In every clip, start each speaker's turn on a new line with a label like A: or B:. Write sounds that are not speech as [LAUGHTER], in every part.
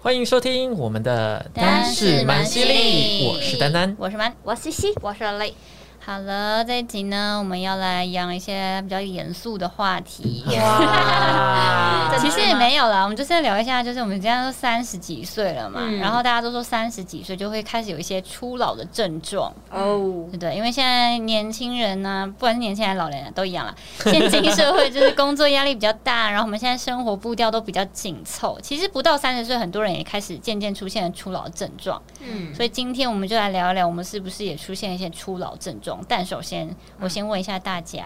A: 欢迎收听我们的
B: 丹氏蛮犀利
A: 我是丹丹。
B: 我是蛮，
C: 我西西，我是累。
B: 好了，这一集呢，我们要来讲一些比较严肃的话 [LAUGHS] 题。
A: 哇，
B: 其实也没有啦，我们就是聊一下，就是我们现在都三十几岁了嘛，
C: 嗯
B: 然后大家都说三十几岁就会开始有一些初老的症状，
C: 哦
B: 对，不对？因为现在年轻人呢、不管是年轻人还是老年人啊都一 [LAUGHS] 样啦，现今社会就是工作压力比较大，然后我们现在生活步调都比较紧凑。其实不到三十岁，很多人也开始渐渐出现了初老症状。
C: 嗯，
B: 所以今天我们就来聊一聊，我们是不是也出现一些初老症状？但首先，我先问一下大家，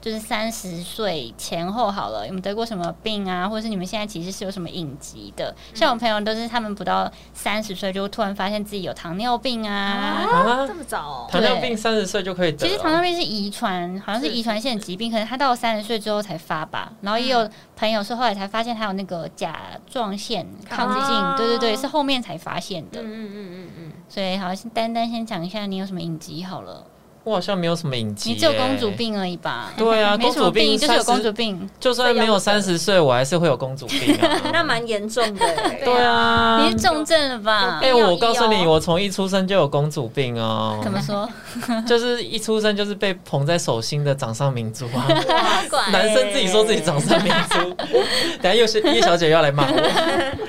B: 就是三十岁前后好了，你们得过什么病啊？或者是你们现在其实是有什么隐疾的？像我朋友都是他们不到三十岁就突然发现自己有糖尿病啊。
A: 啊
C: 这么早哦、
A: 糖尿病三十岁就可以得
B: 其
A: 了，
B: 实糖尿病是遗传，好像是
C: 是
B: 遗传性的疾病，可能他到三十岁之后才发吧。然后也有朋友是后来才发现他有那个甲状腺亢
C: 啊
B: 进，对对对，是后面才发现的。
C: 嗯嗯嗯
B: 所以好，先丹丹先讲一下你有什么隐疾好了。
A: 我好像没有什么隐疾、
B: 你只有公主。病而已吧？
A: 对啊，
B: 没
A: 公
B: 什么
A: 主
B: 病，
A: 病
B: 就是有
A: 30
B: 公主病。
A: 就算没有三十岁，我还是会有公主病
B: [LAUGHS]
A: 啊。
C: 嗯，那蛮严重的、欸。
A: 对啊，
B: 你是重症了吧
A: 哎、？
C: 有
A: 我告诉你，
C: 有
A: 我从一出生就有公主病哦，
B: 哦怎么说？
A: 就是一出生就是被捧在手心的掌上明珠
B: [LAUGHS]
A: 啊。
C: 哇塞
A: 男生自己说自己掌上明珠，等下又是叶小姐又要来骂我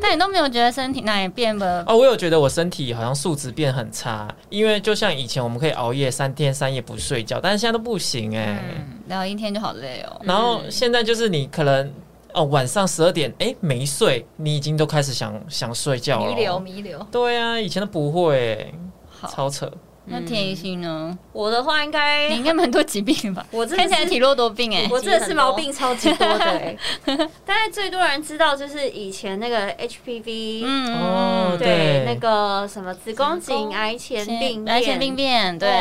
B: 但你都没有觉得身体哪里变了？
A: 哦。我有觉得我身体好像素质变很差，因为就像以前我们可以熬夜三天三夜不睡觉，但是现在都不行哎、
B: 嗯，聊一天就好累哦。
A: 然后现在就是你可能哦晚上十二点哎、没睡，你已经都开始想想睡觉
C: 弥留
A: 了。
C: 弥留。
A: 对啊，以前都不会、
B: 好，
A: 超扯。
B: 那田一心呢？
C: 我的话应
B: 你
C: 该
B: 应，该蛮多疾病
A: [LAUGHS]
B: 的吧？
C: 我真的
B: 看
C: 是
B: 起来体弱多病哎。
C: 我真的是毛病超级多的、欸。大概最多人知道就是以前那个 HPV，、
A: 哦
B: 嗯，
A: 对
C: 对，那个什么子宫
B: 子
C: 颈
B: 宫
C: 癌前病变，
B: 来前病变，对
C: 哦，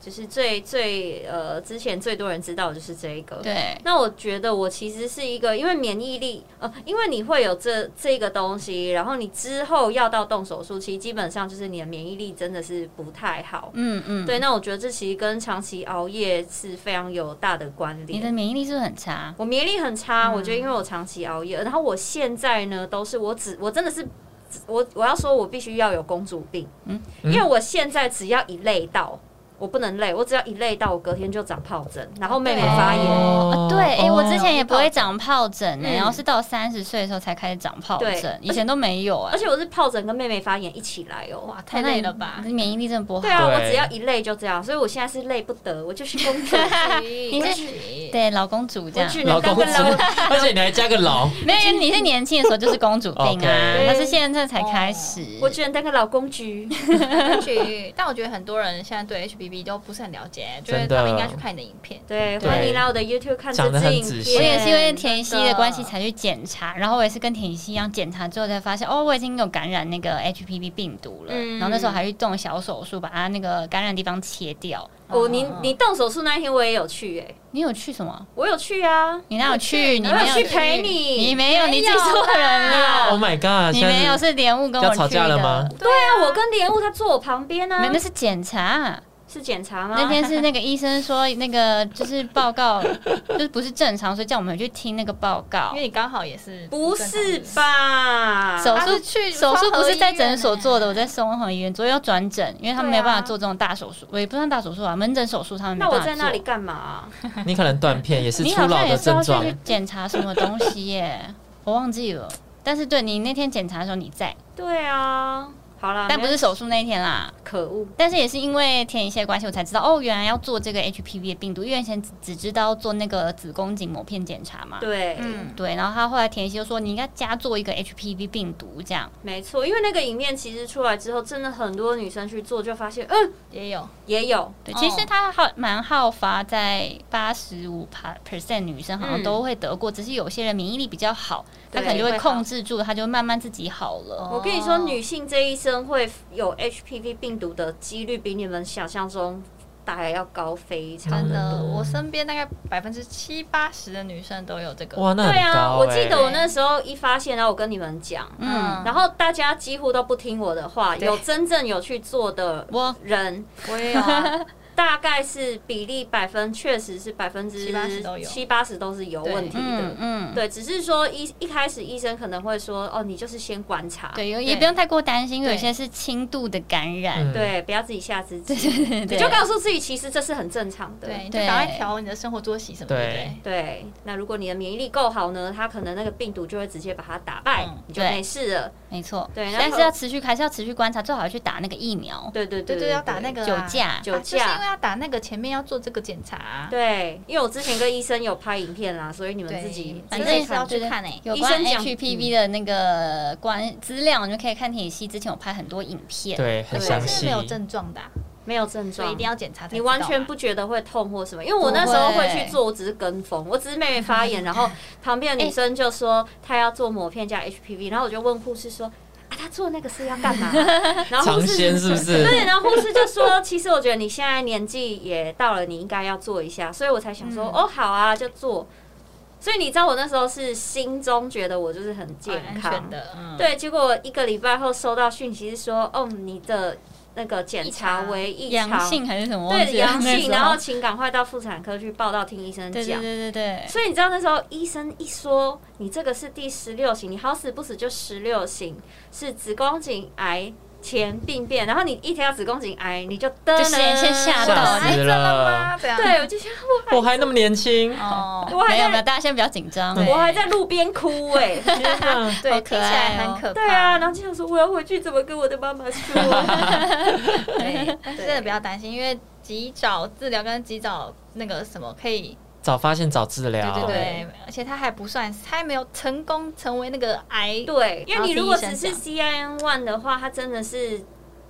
C: 就是最最呃之前最多人知道的就是这一
A: 哦
C: 个。
B: 对，
C: 那我觉得我其实是一个，因为免疫力，呃，因为你会有这这个东西，然后你之后要到动手术，其实基本上就是你的免疫力真的是不太好。
B: 嗯嗯，
C: 对，。那我觉得这其实跟长期熬夜是非常有大的关
B: 你的嗯
C: 联。
B: 免疫力是不是很差？
C: 我免疫力很差，我觉得因为我长期熬夜，然后我现在呢都是我只我真的是。我我要说，我必须要有公主病，
B: 嗯
C: 因为我现在只要一累到，我不能累，我只要一累到，我隔天就长疱疹，然后妹妹发炎，
A: 哦
B: 哦，对，哎、
A: 哦
B: 我之前也不会长疱疹、欸，
C: 嗯
B: 然后是到三十岁的时候才开始长疱
C: 对
B: 疹，以前都没有啊
C: 而。且我是疱疹跟妹妹发炎一起来哦。哇，
B: 太累了吧？你免疫力真的不好。
C: 对啊，
A: 对
C: 我只要一累就这样，所以我现在是累不得，我就是公
A: [LAUGHS]
C: 主，
D: [LAUGHS]
B: 你是对老公主这
C: 我
B: 样，
C: 只
A: 老
C: 能
A: 公
C: 当
A: 主
C: 个老，
A: [LAUGHS] 而且你还加个老，
B: 没有，因为你是年轻的时候就是公主病啊
A: OK，
B: 但是现在才开始。
C: 哦我只能当个老公举。
D: 去，但我觉得很多人现在对 HPV 都不是很了解，觉得
A: 真的
D: 他们应该去看你的影片。
C: 对，
A: [LAUGHS] 对
C: 欢迎来我的 YouTube 看这
A: 讲得
C: 支
A: 很
C: 影
A: 仔
C: 片。
A: 细
B: 我也是因为田曦的关系
C: 真的
B: 才去检查，然后我也是跟田曦一样检查之后才发现，哦，我已经有感染那个 HPV 病毒了。
C: 嗯
B: 然后那时候还去动小手术，把它那个感染地方切掉。
C: 哦，
B: 嗯
C: 你你动手术那一天我也有去哎，
B: 你有去什么？
C: 我有去啊，
B: 你哪有
C: [LAUGHS]
B: 去？你
C: 我
B: 没
C: 有
B: 有
C: 去陪你，
B: 你没有，你记错
C: 没有
B: 人
C: 啦
B: 了。
A: Oh my god！[LAUGHS]
B: 你
A: 现在
B: 没有是莲雾跟我
A: 要
B: 去的
A: 吵架了吗？
C: 对啊，我跟莲雾他坐我旁边
B: 没
C: 啊
B: 有，那，是检查。
C: 是检查吗？
B: 那天是那个医生说，那个就是报告， [LAUGHS] 就是不是正常，所以叫我们回去听那个报告
D: 因。为你刚好也是
C: 不是？吧？
B: 手
D: 他
B: 术
D: 是去
B: 手术不是在诊所做的，
D: 综合医院欸
B: 我在松和医院做，要转诊，因为他们没有办法做这种大手术，我也不算大手术啊，门诊手术他们没办
C: 那
B: 法
C: 我
B: 做。
C: 在那里干嘛啊？
A: 你可能断片也是
B: 你
A: 初
B: 好
A: 老
B: 像也
A: 的
B: 是要
A: 症
B: 去
A: 状。
B: 检查什么东西耶，我忘记了。但是对你那天检查的时候你在，
C: 对啊，好啦，
B: 但不
C: 没
B: 是手术那一天啦。
C: 可恶。
B: 但是也是因为田一些关系，我才知道哦，原来要做这个 HPV 的病毒，因为以前只只知道做那个子宫颈膜片检查嘛。
C: 对，
D: 嗯，
B: 对，然后他后来田一些就说你应该加做一个 HPV 病毒这样。
C: 没错，因为那个影片其实出来之后，真的很多女生去做，就发现，嗯，
D: 也有
C: 也有，
B: 对，
D: 哦
B: 其实它好蛮好发在八十五 percent 女生好像
C: 嗯
B: 都会得过，只是有些人免疫力比较好，她
C: 对
B: 可能就
C: 会
B: 会
C: 好
B: 控制住，她就慢慢自己好了。
C: 我跟你说，女性这一生会有 HPV 病毒的几率比你们想象中大概要高非常
D: 真
C: 的
D: 的，
C: 多。
D: 我身边大概百分之七八十的女生都有这个。
A: 哇，那很
C: 对
A: 高、欸
C: 啊，我记得我那时候一发现，然啊后我跟你们讲，
B: 嗯，
C: 然后大家几乎都不听我的话，
D: 对
C: 有真正有去做的
B: 我
C: 人，
D: 我也有啊，
C: [LAUGHS] 大概是比例百分，确实是百分之
D: 七八十都有
C: 七八十都是有问题
B: 嗯
C: 的。
B: 嗯，
C: 对，只是说医一开始医生可能会说，哦，你就是先观察，
B: 对，有
D: 对
B: 也不用太过担心，因为有
D: 对
B: 些是轻度的感
A: 嗯
B: 染，
C: 对，不要自己吓自
B: [LAUGHS]
C: 己，
B: 对
C: 你嗯就告诉自己，其实这是很正常的。
D: 对，你就
B: 对
D: 赶快调你的生活作息什么的。
A: 对
D: 对
C: 对，那如果你的免疫力够好呢，它可能那个病毒就会直接把它打败，
D: 嗯
C: 你就没事了。
B: 没错，
C: 对然后
B: 但是要持续还是要持续观察，最好要去打那个疫苗，
C: 对对
D: 对
C: 对
D: 对，要打那个啊
B: 酒驾
C: 酒
D: 啊就是
C: 驾
D: 因为要打那个，前面要做这个检查。啊
C: 对，因为我之前跟医生有拍影片啊啦，所以你们自己
B: 反
D: 对真
B: 正
D: 的是要去
B: 对
D: 看欸
B: 有
C: 医
B: 关
C: 生讲
B: HPV 的那个关资料，你就可以看田野希之前有拍很多影片，
A: 对很
C: 对
A: 详
D: 是
A: 细，
D: 没有症状的啊，
C: 没有症
D: 所以
C: 状
D: 一定。要检查才
C: 你
D: 知道
C: 完全
D: 嘛
C: 不觉得会痛或什么，因为我那时候会去做，我只是跟风，我只是妹妹发
D: 嗯
C: 炎，然后旁边的女生就说她要做抹片加 HPV，然后我就问护士说啊，她做那个是要干
D: [LAUGHS]
C: 嘛？然后护
A: 尝
C: 士
A: 鲜是不是？
C: 对，然后护士就说，其实我觉得你现在年纪也到了，你应该要做一下，所以我才想说，
D: 嗯
C: 哦，好啊，就做。所以你知道我那时候是心中觉得我就是很健
D: 安
C: 康
D: 全的，嗯，
C: 对，结果一个礼拜后收到讯息是说，哦，你的那个检查
D: 异常
C: 为异常，
B: 阳性还是什么？忘
C: 对
B: 记了
C: 阳
B: 那
C: 性，
B: 时
C: 然后
B: 候
C: 请赶快到妇产科去报到，听医生
B: 对对
C: 讲。
B: 对对对，
C: 所以你知道那时候医生一说你这个是第十六型，你好死不死就十六型，是子宫颈癌前病变，然后你一提到子宫颈癌，你就噔
B: 就先先吓
A: 吓
B: 到
A: 死
D: 哎，真的吗？
A: 了
D: 对
C: 对，我就想我还
A: 我还那么年轻， [LAUGHS]
D: 哦，
C: 我还
B: 没有没有，
C: 在
B: 大家先不要紧张，
D: 对
C: 我还在路边哭 [LAUGHS] 哎、
A: 天哪！
D: 对，
B: 好
D: 听起
B: 可
D: 来
B: 爱哦
D: 很可怕。
C: 对啊，然后就想说我要回去怎么跟我的妈妈说？ [LAUGHS]
D: 对， [LAUGHS] 但是
C: 对
D: 真的不要担心，因为及早治疗跟及早那个什么可以，
A: 早发现早治疗，
D: 对对
C: 对
D: 对，而且它还不算，它还没有成功成为那个癌，
C: 对，因为你如果只
D: 然后
C: 是
D: 听医
C: CIN one 的话，它真的是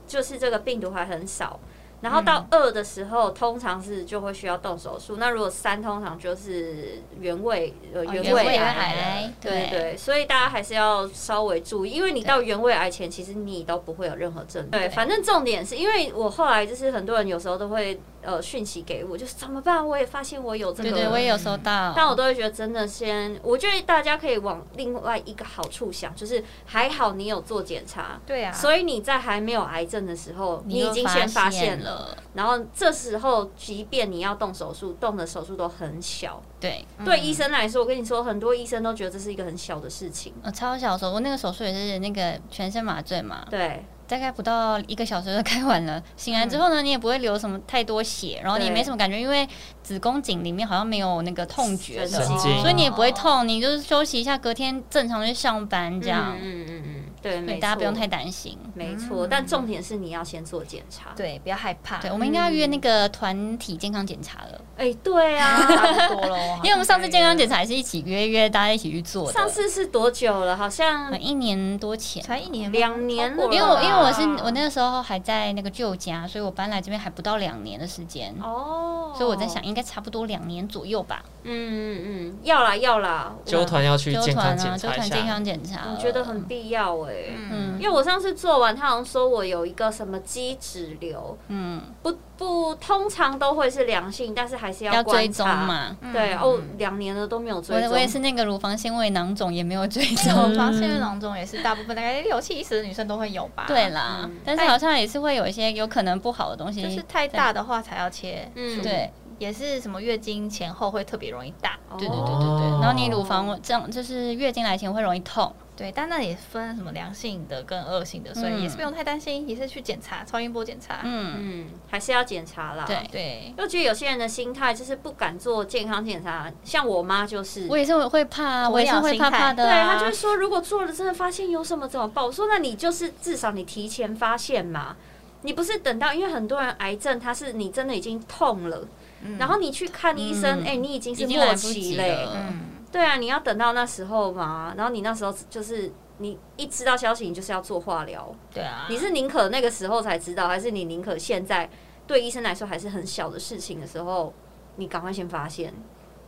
C: 就是这个病毒还很少。然后到二的时候，通常是就会需要动手术。那如果三，通常就是原位呃
D: 哦
C: 原
D: 原
C: 位
D: 位
C: 癌
B: 癌
C: 了。对
B: 对
C: 对，所以大家还是要稍微注意，因为你到原位癌前，其实你都不会有任何症状。对，
D: 对
C: 反正重点是因为我后来就是很多人有时候都会呃讯息给我，就是怎么办？我也发现我有这个
B: 对
C: 了，
B: 对，我也有收到，
C: 但我都会觉得真的先，我觉得大家可以往另外一个好处想，就是还好你有做检查，
D: 对啊，
C: 所以你在还没有癌症的时候，你已
B: 又
C: 经先发现了，
B: 了，
C: 然后这时候即便你要动手术，动的手术都很小。
B: 对。嗯
C: 对医生来说，我跟你说，很多医生都觉得这是一个很小的事情。
B: 我超小的时候，我那个手术也是那个全身麻醉嘛，
C: 对
B: 大概不到一个小时就开完了。醒来之后呢，你也不会流什么太多血，然后你也
C: 嗯对
B: 没什么感觉，因为子宫颈里面好像没有那个痛觉
C: 神
B: 的，
A: 经
B: 所以你也不会痛，你就是休息一下，隔天正常去上班这样，
C: 嗯嗯嗯嗯，对，
B: 所
C: 没
B: 以大家不用
C: 错
B: 太嗯担心。
C: 没错，但重点是你要先做检查。，
D: 对，不要害怕，
C: 嗯
B: 对，我们应该要约那个团体健康检查了，
C: 哎，对
B: [LAUGHS]
C: 啊，
D: 差不多喽，因
B: 因为我们上次健康检查也是一起约约大家一起去做的，
C: 上次是多久了？好像
B: 嗯一年多前。
D: 才一年
C: 两年了啊
D: 了吧，
B: 因为我因为我是我那个时候还在那个旧家，所以我搬来这边还不到两年的时间，
C: 哦，
B: 所以我在想应该差不多两年左右吧。
C: 嗯嗯，嗯，要啦要啦，
A: 纠团要去
B: 纠
A: 健康
B: 团
A: 检
B: 啊，纠
A: 查一
B: 团健
A: 下，
B: 康检查了，
C: 我觉得很必要哎、
B: 嗯
C: 因为我上次做完，他好像说我有一个什么肌脂瘤，
B: 嗯，
C: 不不，通常都会是良性，但是还是
B: 要
C: 观
B: 追踪
C: 察。
B: 嘛。
C: 对、
D: 嗯
C: 哦，两年了都没有
B: 我
C: 追
B: 的
C: 踪，
B: 我也是那个乳房纤维囊肿也没有追
D: [LAUGHS] 因为
B: 踪，
D: 我们房腺运囊中也是大部分大概六七十的女生都会有吧，
B: 对，啦，
C: 嗯
B: 但是好像也是会有一些有可能不好的东西，
D: 就是太大的话才要切，
C: 嗯
B: 对，
D: 也是什么月经前后会特别容易大，
C: 哦，
B: 对对对对对，
A: 哦
B: 然后你乳房这样就是月经来前会容易痛，
D: 对，但那也分什么良性的跟恶性的，所以也是不用太担心，也是去检查超音波检查，啊
B: 嗯，
C: 嗯，还是要检查啦。
B: 对
D: 对，
C: 我觉得有些人的心态就是不敢做健康检查，像我妈就是，
B: 我也是会怕，啊
D: 鸵鸟
B: 我也是会怕
D: 心态
B: 怕的
C: 对
B: 啊，
C: 她就是说，如果做了真的发现有什么怎么办？我说，那你就是至少你提前发现嘛，你不是等到，因为很多人癌症，他是你真的已经痛了，
D: 嗯
C: 然后你去看医生，
B: 嗯
C: 哎、你已经是
B: 已经
C: 末
B: 来不
C: 期
B: 及
C: 嘞、
B: 了，
D: 嗯，
C: 对啊，你要等到那时候嘛，然后你那时候就是你一知道消息，你就是要做化疗。
D: 对啊，
C: 你是宁可那个时候才知道，还是你宁可现在对医生来说还是很小的事情的时候，你赶快先发现，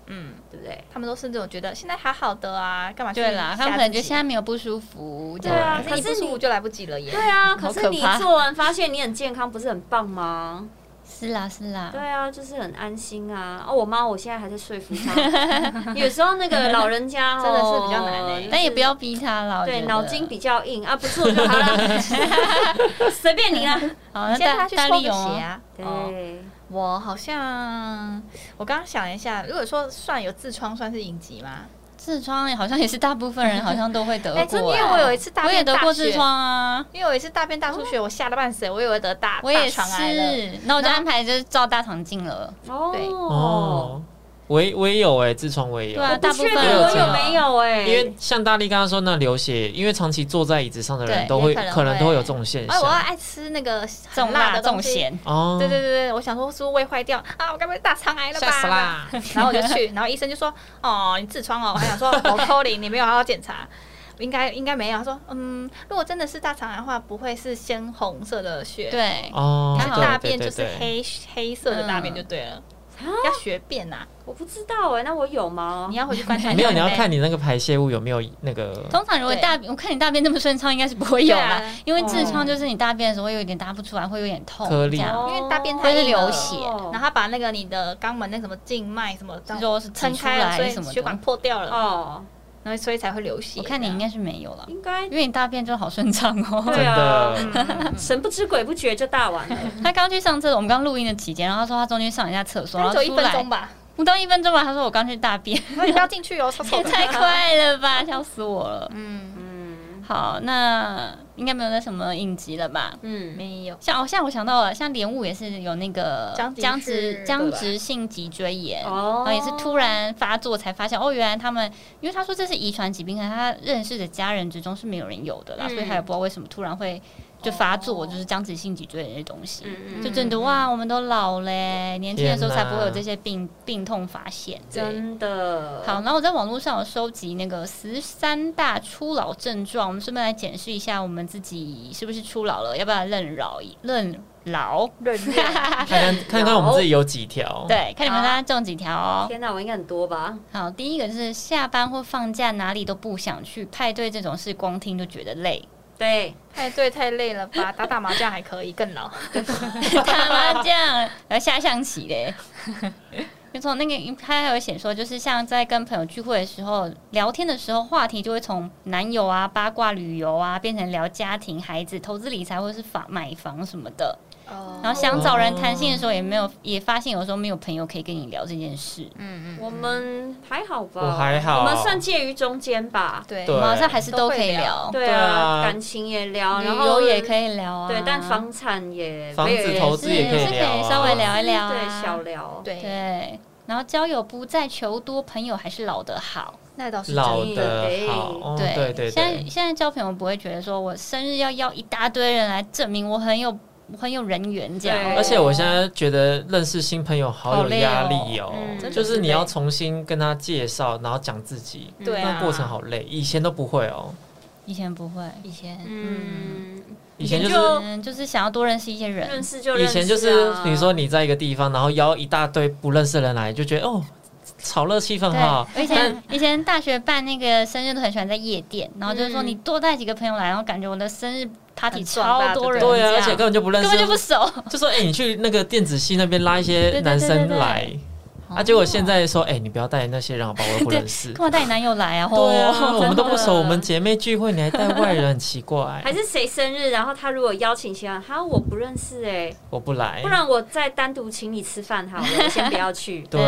D: 嗯，
C: 对不对？
D: 他们都是这种觉得现在还好的啊，干嘛去
B: 对啦，他们
D: 吓
B: 可能
D: 自
B: 觉得
D: 己
B: 现在没有不舒服，
C: 对啊，
A: 对
D: 可
C: 可
D: 是你不
C: 是
D: 舒服
C: 你。
D: 就来不及了耶
C: 对。啊，
B: 好
C: 可是
B: 可
C: 你
B: 怕
C: 做完发现你很健康，不是很棒吗？
B: 是啦是啦，
C: 对啊，就是很安心啊。哦，我妈我现在还在说服她，有时候那个老人家哦
D: 真的是比较难欸
C: 就是
B: 但也不要逼他啦。我觉
C: 对
B: 得
C: 脑筋比较硬啊，不错就好了，随便你了。
B: 好，那
D: 你先带他
B: 大
D: 去
B: 大
D: 抽个
B: 力
D: 血
B: 勇哦，
D: 啊。哦，
C: 对，
D: 我好像我刚刚想一下，如果说算有痔疮，算是隐疾吗？
B: 痔疮好像也是大部分人好像都会得过
D: [LAUGHS] 哎
B: 欸。
D: 真的因为我有一次大
B: 我也
D: 便
B: 得
D: 大
B: 过
D: 血
B: 痔疮啊，
D: 因为我有一次大便大出血，我吓得半死，哦我以为得大
B: 我也
D: 大肠癌了。
B: 是。那我就安排就是照大肠镜了。
D: 对
C: 哦
A: 哦，，我也我也有哎、痔疮我也有。欸
B: 对啊
C: 不
B: 大部
C: 确
B: 分
C: 定
A: 人
C: 我
A: 都
C: 有没有哎，
A: 因为像大力刚刚说那流血，因为长期坐在椅子上的人
D: 对
A: 都会
D: 也可能
A: 可能都
D: 会
A: 有这种现
D: 哎，我要
A: 象。
D: 爱吃那个
B: 重
D: 很
B: 辣
D: 的
B: 重
D: 东西。
B: 咸，
A: 哦，
D: 对对对对，我想说是不是胃坏掉啊？我该不会大肠癌了吧？
A: 吓死啦！
D: [LAUGHS] 然后我就去，然后医生就说：“哦，你痔
B: [LAUGHS]
D: 疮哦。”我还想说：“我扣零，你没有好好检查，应该应该没有。”他说：“嗯，如果真的是大肠癌的话，不会是鲜红色的血，，
B: 对，
A: 哦，
D: 它
A: 对
D: 大
A: 对
D: 便
A: 对
D: 就是
A: 对
D: 黑黑色的大便就对了，
B: 嗯
D: 要血便呐、
B: 啊
C: 我不知道哎，那我有吗？
D: 你要回去
B: [LAUGHS]
D: 观察一下。
A: 没有，你要看你那个排泄物有没有那个。
B: 通常如果
D: 对
B: 大，我看你大便那么顺畅，应该是不会有啦
D: 对啊，
B: 因为痔疮就是你大便的时候会有点搭不出来，会有点痛，
A: 颗
B: 这
A: 粒
B: 样。
D: 因为大便
B: 太
D: 太
B: 硬了
D: 然后他把那个你的肛门那什么静脉什么这样
B: 就是
D: 撑开了，
B: 挤出来
D: 所
B: 什么
D: 以
B: 的
D: 血管破掉了，
C: 哦，
D: 然后所以才会流血。啊
B: 我看你应该是没有了，
C: 应该
B: 因为你大便就好顺畅
C: 对
B: 哦。
C: 啊，
A: 真
C: 嗯神不知鬼不觉就大完了。
B: [LAUGHS] 他刚去上厕所，我们刚录音的期间，然后他说他中间上一下厕所，然
D: 只
B: 后
D: 有一
B: 出
D: 分
B: 来
D: 钟吧，
B: 不到一分钟吧，他说我刚去大便，
D: 那你不要进去 [LAUGHS] 哦，臭臭
B: 也
D: 的。
B: 太快了吧，笑死我了。
D: 嗯，
C: 嗯
B: 好，那应该没有那什么应急了吧？
C: 嗯，
D: 没有。
B: 像哦，像我想到了，像莲雾也是有那个
D: 僵直
B: 僵
D: 是
B: 直
D: 对
B: 僵
D: 吧
B: 直性脊椎炎，
C: 哦
B: 然后也是突然发作才发现，哦，原来他们，因为他说这是遗传疾病，可是他认识的家人之中是没有人有的啦，
C: 嗯
B: 所以他也不知道为什么突然会就发作，
D: 哦
B: 就是僵直性脊椎炎这些东西，
C: 嗯嗯
B: 就真的
D: 嗯
B: 哇，我们都老嘞，年轻的时候
A: 天
B: 才
A: 哪
B: 不会有这些病病痛发现。
C: 真的
B: 好，然后我在网络上有收集那个十三大初老症状，我们顺便来检视一下我们自己是不是初老了，要不要认老认老？
D: 认
A: [LAUGHS] 看看看看我们自己有几条。，
B: 对，看你们大家中几条哦。
C: 天哪，我应该很多吧？
B: 好，第一个就是下班或放假哪里都不想去，派对这种事光听就觉得累，
C: 对，
D: 派哎对太累了 [LAUGHS] 吧？打打麻将还可以，更老。
B: [LAUGHS] 打麻将，然后下象棋嘞。就从那个他还有写说，就是像在跟朋友聚会的时候聊天的时候，话题就会从男友啊、八卦、旅游啊，变成聊家庭、孩子、投资理财或者是房买房什么的。
D: 哦
B: 然后想找人谈心的时候，也没有，也发现有时候没有朋友可以跟你聊这件事。
D: 嗯
C: 我们还好吧？
A: 我还好
C: 我们算介于中间吧。
D: 对
B: 我
A: 对
B: 们哦好像还是都可以
D: 都会
B: 聊
D: 聊，
C: 对
A: 对
C: 啊，
A: 啊
C: 感情也聊，
B: 旅
C: 然后
B: 游也可以聊啊。
C: 对，但房产也
A: 房子投资
B: 是
A: 也可以
B: 是可
A: 聊啊
B: 以稍微聊一聊啊，
C: 对小聊。
D: 对，
B: 对，然后交友不在求多，朋友还是老的好。
D: 那倒是
A: 老
D: 真
A: 的
C: 哎
A: 好，哦
B: 对
A: 对对
B: 现在
A: 对，
B: 现在交朋友不会觉得说我生日要邀一大堆人来证明我很有我很有人缘这样
C: 对。
A: 而且我现在觉得认识新朋友好
B: 好
A: 有
B: 累
A: 压
B: 哦
A: 力哦
C: 嗯真，的
A: 就是是你
D: 累
A: 要重新跟他介绍，然后讲自己，
D: 对啊
A: 那过程好累。以前都不会哦，
B: 以前不会，
D: 以前
C: 嗯，
A: 以前就是
C: 就
B: 嗯，就是想要多认识一些
C: 认
B: 人。
C: 识就认
A: 以
C: 识啊。
A: 前就是你说你在一个地方，然后邀一大堆不认识的人来，就觉得哦，炒热气氛
B: 对
A: 很好，。
B: 我以前以前大学办那个生日都很喜欢在夜店，然后就是说
C: 嗯
B: 你多带几个朋友来，然后感觉我的生日 party
D: 很壮
B: 超
D: 大
B: 多人
D: 对
B: 这
D: 不
B: 样，
A: 对啊，而且根本就不认识，
B: 根本就不熟。
A: [LAUGHS] 就说哎、欸你去那个电子系那边拉一些男
B: 对对对
A: 生
B: 对对
A: 来啊，结果现在说哎、欸你不要带那些人，好吧，我又不认识。
B: 干嘛带你男友来
A: [LAUGHS]
B: 啊？
A: 对啊，
B: 吼
A: 我们都不
C: 真
A: 熟，
C: 的
A: 我们姐妹聚会你还带外人，很奇
C: [LAUGHS]
A: 怪
C: 还。是谁生日，然后他如果邀请其他人，哈，我不认识哎，
A: 我不来
C: 不，然我再单独请你吃饭好了，我先不要去
A: [LAUGHS] 。对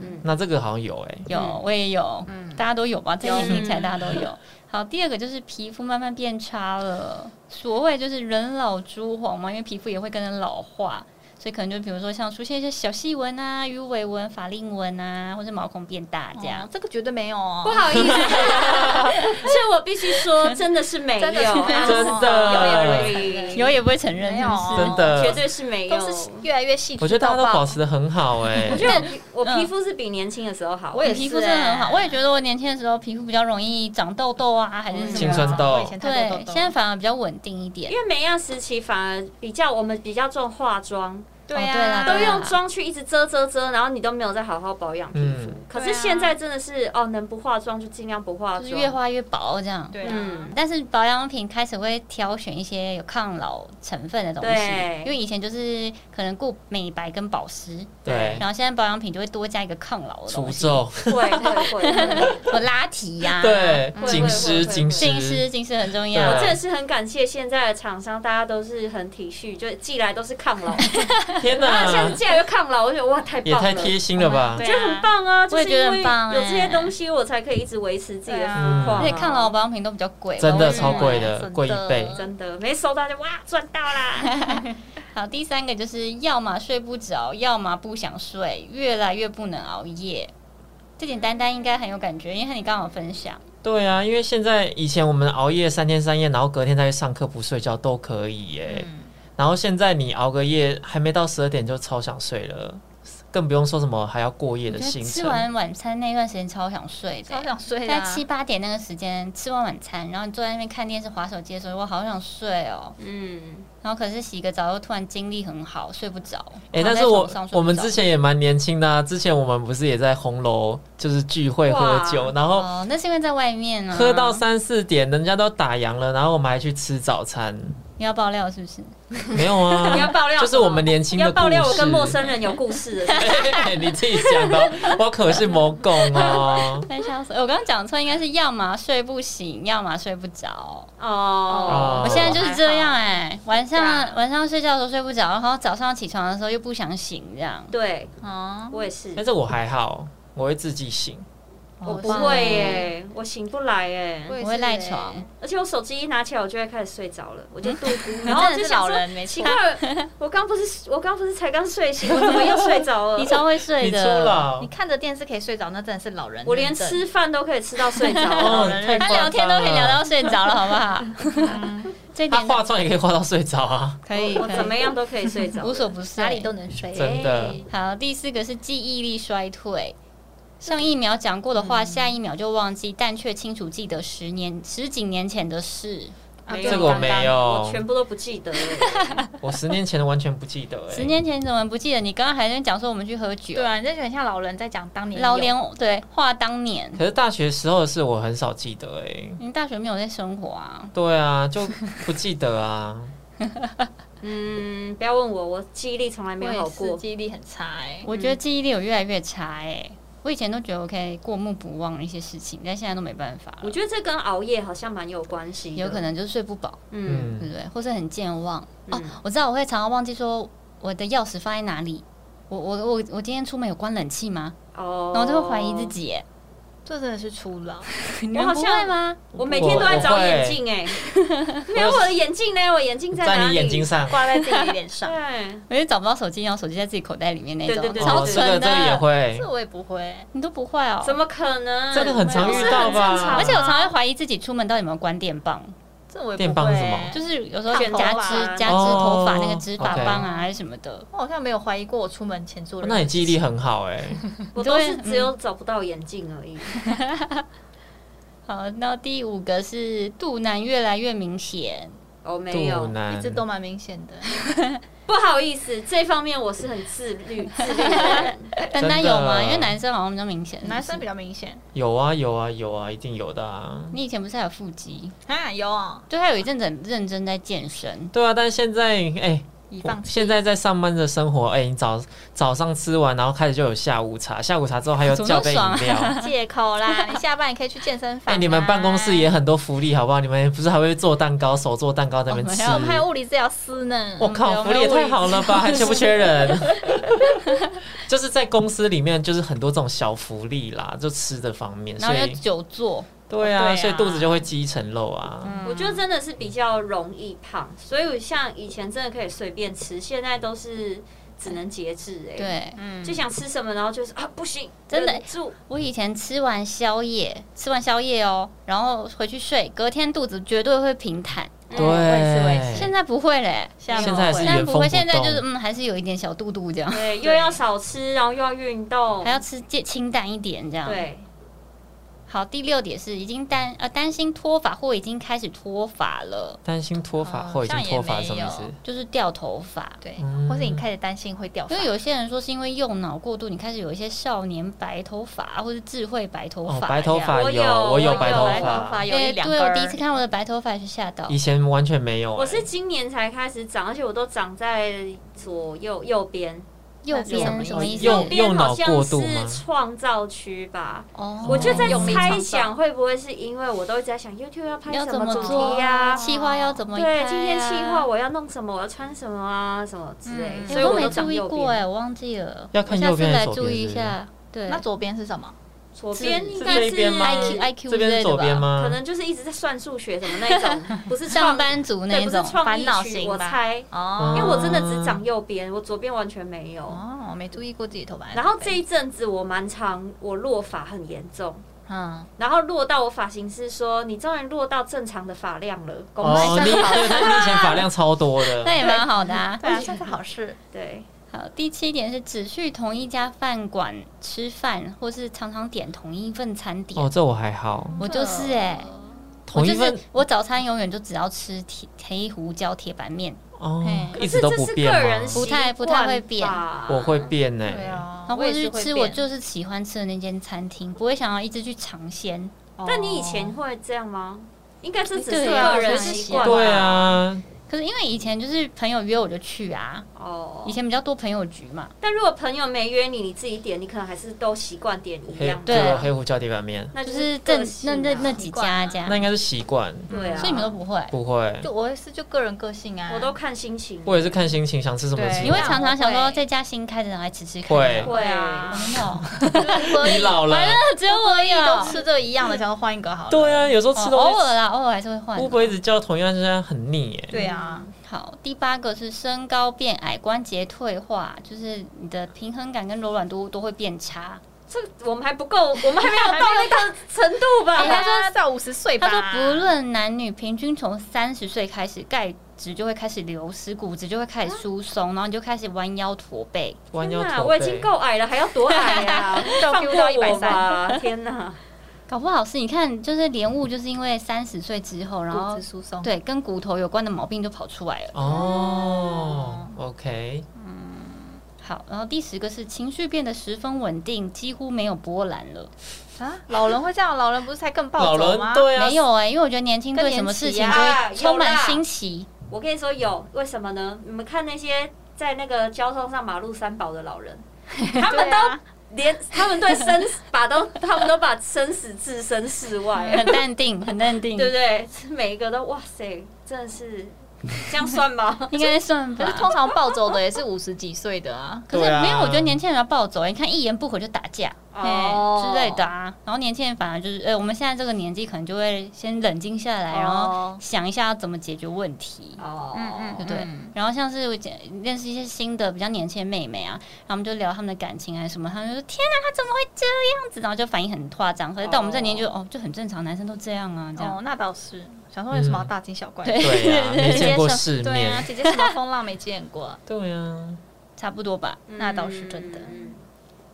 B: 嗯，
A: 那这个好像有哎，
B: 有，我也有，
D: 嗯
B: 大家都有吧？这些听起来大家都有。好，第二个就是皮肤慢慢变差了。所谓就是人老珠黄嘛，因为皮肤也会跟着老化，所以可能就比如说像出现一些小细纹啊、鱼尾纹、法令纹啊，或者毛孔变大这样。
D: 哦这个绝对没有哦
C: 不好意思，这我必须说，真的是没有，啊
D: 真的是没有
A: 真的
C: 有有有
B: 有也不会承认，
D: 没
B: 是
D: 有嗯
B: 不
D: 哦
B: 是？
A: 真的
C: 绝对是没有。
D: 都是越来越细致。
A: 我觉得大家都
D: 到爆
A: 保持的很好哎
C: 我。觉得我我皮肤是比年轻的时候好，
D: 我也
B: 你
D: 是
B: 欸皮肤真的很
D: 欸
B: 好，我也觉得我年轻的时候皮肤比较容易长痘痘啊，还是什么
A: 青春痘
D: 我以前太
B: 对
D: 多痘，痘
B: 现在反而比较稳定一点
C: 因。为美亚时期反而比较我们比较重化妆，
D: 对啊
B: 哦对啦
D: 呀、
C: 都
B: 对啦
C: 用妆去一直遮遮遮，然后你都没有再好好保养皮肤。
A: 嗯
C: 可是
D: 对啊
C: 现在真的是哦，能不化妆就尽量不化
B: 就
C: 妆
B: 是。越画越薄这样。
D: 对啊，
C: 嗯
B: 但是保养品开始会挑选一些有抗老成分的东西
C: 对，
B: 因为以前就是可能顾美白跟保湿，
A: 对，
B: 然后现在保养品就会多加一个抗老的
A: 除
B: 东西，
A: 皱，
C: 会会会
B: [LAUGHS]
C: 会，
B: 我拉提
A: 啊 [LAUGHS]
B: 呀、
A: 对，
B: 嗯
A: 紧
C: 会会
A: 实
C: 会
A: 紧实
B: 近视，，近视很重
A: 对
B: 要
C: 我。真的是很感谢现在的厂商，大家都是很体恤，就寄来都是抗老，
A: 天
B: 啊
C: 那现在
A: 哪，
C: 寄来又抗老，我觉得哇太
A: 也
C: 棒
A: 太
C: 了。
A: 贴心了吧
D: 对？
C: 就很棒啊！就
B: 我也
C: 是
B: 觉得
C: 因为
B: 很棒
C: 有这些
B: 哎
C: 东西，我才可以一直维持自己的
D: 对
C: 肤
D: 啊
C: 况、啊。
B: 而且抗老保养品都比较贵，
A: 真的
B: 我也是买
A: 超贵的
B: 真
A: 贵一倍
C: 真的没收到就哇赚到啦！
B: 好，第三个就是要么睡不着，要么不想睡，越来越不能熬夜。这点丹丹应该很有感觉，因为你刚好分享，
A: 对啊，因为现在以前我们熬夜三天三夜，然后隔天再去上课不睡觉都可以耶。
B: 嗯
A: 然后现在你熬个夜，还没到十二点就超想睡了，更不用说什么还要过夜
B: 我
A: 的
B: 觉得
A: 行
B: 吃
A: 程。
B: 完晚餐那段时间超想睡的、欸
D: 超想睡的、
B: 在
D: 啊，
B: 七八点那个时间吃完晚餐，然后你坐在那边看电视、划手机的时候，我好想睡哦。
C: 嗯，
B: 然后可是洗个澡又突然精力很好，睡不着。
A: 哎、
B: 躺
A: 但
B: 在
A: 是我
B: 床上睡不
A: 我们
B: 着
A: 之前也蛮年轻的、啊，之前我们不是也在红楼就是聚会喝
C: 哇
A: 酒，然后
B: 哦，那是因为在外面啊，
A: 喝到三四点，人家都打烊了，然后我们还去吃早餐，
B: 你要爆料是不是？
A: 没有啊？
C: [LAUGHS] 你要爆料
A: 就是我们年轻
C: 你
A: 的
C: 要
A: 故事。
C: 爆料我跟陌生人有故事了，
A: 嘿 [LAUGHS] 你自己讲的，我可是魔共哦。
B: 在笑死！欸我刚刚讲错，应该是要么睡不醒，要么睡不着。
C: 哦，
B: 我现在就是这样
D: 还好
B: 哎、晚上
D: 对啊
B: 晚上睡觉的时候睡不着，然后早上起床的时候又不想醒，这样。
C: 对
D: 哦，
C: 我也是，
A: 但是我还好，我会自己醒。
B: 好
C: 我不
B: 棒
C: 会耶，我醒不来耶，
D: 也
B: 我会
D: 是
B: 赖
D: 欸
B: 床，
C: 而且我手机一拿起来，我就会开始睡着了，我就度孤，然
D: 真
C: 后
D: 的
C: 就是想
D: 老
C: 说，
D: 人没
C: 奇
D: 错
C: 怪。，我刚不是我刚不是才刚睡醒，我怎么又睡着了
B: [LAUGHS] 你？超会睡
A: 你出
B: 的。
A: 了
D: 你，看着电视可以睡着，那真的是老人认证。
C: 我连吃饭都可以吃到睡着
A: 哦
C: 了，
A: 太
B: 他
A: 夸张
B: 聊天都可以聊
A: 了
B: 到睡着了，好不好？ [LAUGHS] 嗯这
A: 他
B: 点
A: 化妆也可以化到睡着啊。
B: 可以，
C: 我我
B: 可以
C: 怎么样都可以睡着，
B: 无所不睡，
D: 哪里都能睡。
A: 真的
C: 哎
B: 好，第四个是记忆力衰退。上一秒讲过的话，下一秒就忘记，但却清楚记得十年、十几年前的事。
D: 啊
C: 没有
A: 这个我没有
C: 我，全部都不记得了。
A: 我十年前的完全不记得。
B: 十
A: 哎，
B: 年前怎么不记得？你刚刚还在讲说我们去喝酒，
D: 对啊，你这就很像老人在讲当年
B: 老
D: 有
B: 年对话当年。
A: 可是大学时候的事我很少记得。哎，
B: 你大学没有在生活啊？
A: 对啊，就不记得啊。
C: 嗯，不要问我，我记忆力从来没有好
D: 我也
C: 过
D: 是。记忆力很差哎、
B: 我
C: 嗯
B: 觉得记忆力有越来越差哎、我以前都觉得我可以过目不忘一些事情，但现在都没办法
C: 我
B: 了。
C: 觉得这跟熬夜好像蛮有关系的，
B: 有可能就是睡不饱，
C: 嗯，
B: 对
A: 嗯，
B: 不对？或是很健忘。哦
C: 嗯，
B: 我知道我会常常忘记说我的钥匙放在哪里。我我我我今天出门有关冷气吗？
C: 哦，
B: 然后就会怀疑自。
C: [LAUGHS]
B: 己耶。
D: 这真的是初老，
B: 你
C: 我
B: 们
C: 好
B: 不
C: 像
B: 会吗？
C: 我每天都在找眼镜哎、 [LAUGHS] 没有我的眼镜呢？我眼镜在
A: 在
C: 哪
A: 你
C: 里？
A: 眼睛上。
D: 挂在自己的脸
A: [LAUGHS]
D: 上。
C: 对，
B: 我就找不到手机，然后手机在自己口袋里面那种，
C: 对对对
B: 超
A: 哦，这个
B: 蠢
A: 这个也
B: 的。
A: 会
D: 这，我也不会，
B: 你都不会哦？
C: 怎？么可能？
A: 这个很常遇到
C: 不是很正常
A: 吧？
B: 而且我常常会怀疑自己出门到底有没有关电棒，
D: 这我也不会、
A: 电棒是什么
B: 就是有时候夹
C: 啊
D: 烫头
B: 直
D: 发
B: 夹直头发
A: 哦
B: 那个直发
A: OK
B: 棒啊，还是什么的。
D: 我好像没有怀疑过我出门前做的。
A: 哦那你记忆力很好哎。
C: 我都是只有找不到眼镜而已。
B: 好，那第五个是肚腩越来越明显，
C: 哦，没
A: 肚
C: 有，
A: 腩
D: 一直都蛮明显
A: [LAUGHS]
D: 的，
C: 不好意思，这方面我是很自律自律的人。
B: 丹丹有吗？
A: 真的
B: 因为男生好像比较明显，
D: 男生比
B: 较。
D: 较明显
A: 有啊有啊有啊，一定有的啊。
B: 你以前不是还有腹肌？
D: 啊，有哦
B: 对，他有一阵子很认真在健身。
A: 对啊，但是现在哎、
D: 已
A: 我
D: 放弃。
A: 现在在上班的生活，哎、你早早上吃完，然后开始就有下午茶，下午茶之后还有
B: 怎么
A: 叫
B: 那么
A: 杯
B: 爽
A: 饮
B: 啊
A: 料。
B: [LAUGHS]
D: 借口
A: [LAUGHS]
D: 啦，你下班也可以去健身
A: 哎、
D: 房、啊。
A: 你们办公室也很多福利，好不好？你们不是还会做蛋糕，手做蛋糕在那边吃？
D: 我们还有物理治疗师呢。
A: 我靠，
B: 有
A: 福利也
B: 没有
A: 太好了吧？还缺不缺
B: [LAUGHS]
A: 人？ [LAUGHS] 就是在公司里面，就是很多这种小福利啦，就吃的方面，
B: 然后
A: 所
B: 又哦
A: 以
B: 久坐，
A: 对啊，
D: 对啊
A: 所以肚子就会积一层肉啊。
B: 嗯
C: 我觉得真的是比较容易胖，所以像以前真的可以随便吃，现在都是只能节制哎、，
B: 对
D: 嗯
C: 就想吃什么，然后就是啊不行，
B: 真的
C: 忍住
B: 我以前吃完宵夜，吃完宵夜哦，然后回去睡，隔天肚子绝对会平坦。
A: 对，
C: 嗯
D: 我也是我也是
B: 现在不会嘞，
D: 现
A: 现在还是
B: 现在
A: 原
B: 哦不
A: 封
B: 会，
A: 不
B: 现在就是
A: 动。
B: 嗯，还是有一点小肚肚这样，
C: 对，又要少吃，然后又要运动
B: 还，要吃健清淡一点这样。
C: 对，
B: 好，第六点是已经担呃担心脱发或已经开始脱发了，
A: 担心脱发
D: 哦
A: 或已经脱发是什么意
D: 像也没
A: 思
D: 有？
B: 就是掉头发。
D: 对
A: 嗯，
D: 或是你开始担心会掉发
B: 因为，有些人说是因为用脑过度，你开始有一些少年白头发或是智慧白头
A: 哦
B: 发这样、，
A: 白头发
C: 我
A: 有，
C: 有
A: 我
C: 我有
A: 白头
D: 白头
A: 发
D: 发，有
B: 哎
D: 一两
B: 对，我
D: 根
B: 第一次看我的白头发是吓到
A: 以。前完全没有、欸。
C: 我是今年才开始长，而且我都长在左右右边，
B: 右
D: 那是什么
B: 边什么意
D: 意
B: 思？
D: 思
A: 右
C: 右边好
A: 右脑过
C: 像
A: 度
C: 是
A: 吗
C: 创造区吧。
B: 哦，
C: 我就在
D: 用力
C: 猜
D: 创
C: 想
D: 造
C: 会不会是因为我都一直在想 YouTube 要拍
B: 要
C: 什
B: 怎么
C: 主
B: 做
C: 题呀、
D: 啊
B: 计划要怎么拍
C: 对，
B: 啊
C: 今天计划我要弄什么，我要穿什么啊，什么之类的，
D: 嗯
B: 哎
C: 所以
B: 我都
C: 我
B: 没
C: 都
B: 注
C: 长
B: 意
C: 右
B: 过
C: 边。
B: 哎，我忘记了，
A: 要看
B: 我下
A: 右
B: 次
A: 边还
B: 来
A: 是左
B: 注意
A: 边
B: 一下。对，
D: 那左边是什么？
C: 左
B: 是哎
C: 边应
A: 是
C: 该
A: 这一边吗
B: IQ IQ
A: 这边
B: 之
A: 是
B: 类的
A: 左边
B: 吧？
A: 吗？
C: 可能就是一直在算数学什么那
B: [LAUGHS]
C: 一种，不是
B: 上
C: 创
B: 班族那
C: 对，
B: 一
C: 不
B: 种
C: 是，创
D: 烦恼
C: 意区，
D: 型
C: 我
D: 吧
C: 猜。
D: 哦
C: 因为我真的只长右边，我左边完全没有。
D: 哦，没注意过自己头发。
C: 然后这一阵子我蛮长，我落发很严重，
D: 嗯，
C: 然后落到我发型师说：“你终于落到正常的发量了。”恭喜
A: 哦，你对，但是你以前发量超多
B: [LAUGHS] 那
A: 的，
B: 也蛮好的啊。
D: 对啊，算是好事。
C: 对，
B: 好，第七点是只去同一家饭馆吃饭，或是常常点同一份餐点。
A: 哦，这我还好，
B: 我就是哎、
D: 哦
B: 我
A: 同
B: 就
A: 一份
B: 是我早餐永远就只要吃铁黑胡椒铁板面，
A: 哦，
D: 嘿
A: 一直都
C: 可
A: 不
C: 是这是
A: 变
C: 个
A: 吗
C: 人？
B: 不太不
C: 习
B: 太
C: 惯
B: 会变
C: 吧
A: 我会变呢、欸
D: 对啊
B: 然，后
D: 我
B: 或
D: 也
B: 者
D: 是
B: 去
D: 会
B: 吃
D: 变
B: 我就是喜欢吃的那间餐厅，不会想要一直去尝鲜。
C: 但你以前会这样吗？应该是只
B: 哦
C: 是
B: 对
D: 啊
C: 个人
D: 是
C: 习
D: 习
C: 惯吧。
A: 对啊，
B: 可是因为以前就是朋友约我就去啊，
C: 哦
B: 以。前比较多朋友局嘛，
C: 但如果朋友没约你，你自己点，你可能还是都习惯点一样的。
A: 就
B: 对
A: 有黑胡椒铁板面，
C: 那
B: 就
C: 就是是
B: 正
C: 个性
B: 那
C: 啊
B: 那那几家这样
A: 那，应该是习惯，
C: 对啊，
B: 所以你们都不会。
A: 不会。
D: 就我也是就个人个性啊，
C: 我都看心情。
A: 我也是看心情，想吃什么吃
D: 对
A: 什么。
B: 你会常常想说
D: 会
B: 这家新开的来吃吃看
A: 会啊
B: 吗，
C: 会啊，
D: 哦，
A: 你老了，
B: [LAUGHS] 只有我有
D: 都吃这一样的，想说换一个好了。
A: 对啊，有时候
B: 哦
A: 吃
B: 偶
A: 东
B: 尔
A: 西
B: 啦，偶尔还是会换
A: 乌
B: 的。
A: 龟一直叫同样，现在很腻欸耶。
D: 对啊，
B: 好，第八个是身高变矮，关节退化，就是你的平衡感跟柔软度都会变差。
C: 这我们还不够，我们还没有到那个程
B: [LAUGHS]
C: 度吧？
D: 哎，他说到五十岁吧，
B: 他说，不论男女，平均从三十岁开始，钙质就会开始流失，骨质就会开始疏松，然后你就开始弯腰驼背。
A: 弯腰
C: 天
A: 驼背。
C: 我已经够矮了，还要多矮
B: [LAUGHS]
C: 呀、
D: 到
C: 放
D: Q
C: 过
D: 到一百
C: 我
D: 三，
C: 吧！天哪，
B: 搞不好是你看，就是莲雾，就是因为三十岁之后，然后
D: 骨质疏松。
B: 对跟骨头有关的毛病就跑出来了。
A: 哦，OK，
B: 好，然后第十个是情绪变得十分稳定，几乎没有波澜了。
D: 啊，老人会这样，老人不是才更暴
A: 老
D: 走
A: 人
D: 吗？
A: 对啊，
B: 没有哎、因为我觉得年轻
D: 更
B: 对
D: 年
B: 什么事
D: 期
B: 情都
C: 啊
B: 会充满
C: 有啦
B: 新奇。
C: 我跟你说有，为什么呢？你们看那些在那个交通上马路三宝的
B: [LAUGHS]
C: 老人，他们
D: 对
C: 都
D: 啊，
C: 连他们对生死把都，他们都把生死置身事外，
B: 很淡定，很淡 [LAUGHS] 定，
C: 对不对？每一个都哇塞，真的是这样算吗？
B: 应该算
D: 可
B: 吧
D: 是。通常暴走的也是五十几岁的啊。
B: 可是
A: 对啊
B: 没有，我觉得年轻人要暴走、你看一言不合就打架、
C: 哦
B: 嘿之类的啊。然后年轻人反而就是，呃、我们现在这个年纪可能就会先冷静下来，然后
C: 哦
B: 想一下要怎么解决问题。
C: [LAUGHS] 哦，
B: 对不对？然后像是我见认识一些新的比较年轻的妹妹啊，然后我们就聊她们的感情啊什么，她们就说：“天哪，她怎么会这样子？”然后就反应很夸张。可是到我们这个年纪就哦就很正常，男生都这样啊，这样。
D: 哦，那倒是，想说有什么好大惊小怪的？
A: 对啊，没嗯 [LAUGHS] 见过世
D: 对 [LAUGHS] 啊，
A: 面，
D: 姐姐什么风浪没见过？
A: 对啊，
B: 差不多吧。
D: 那倒是真的
C: 嗯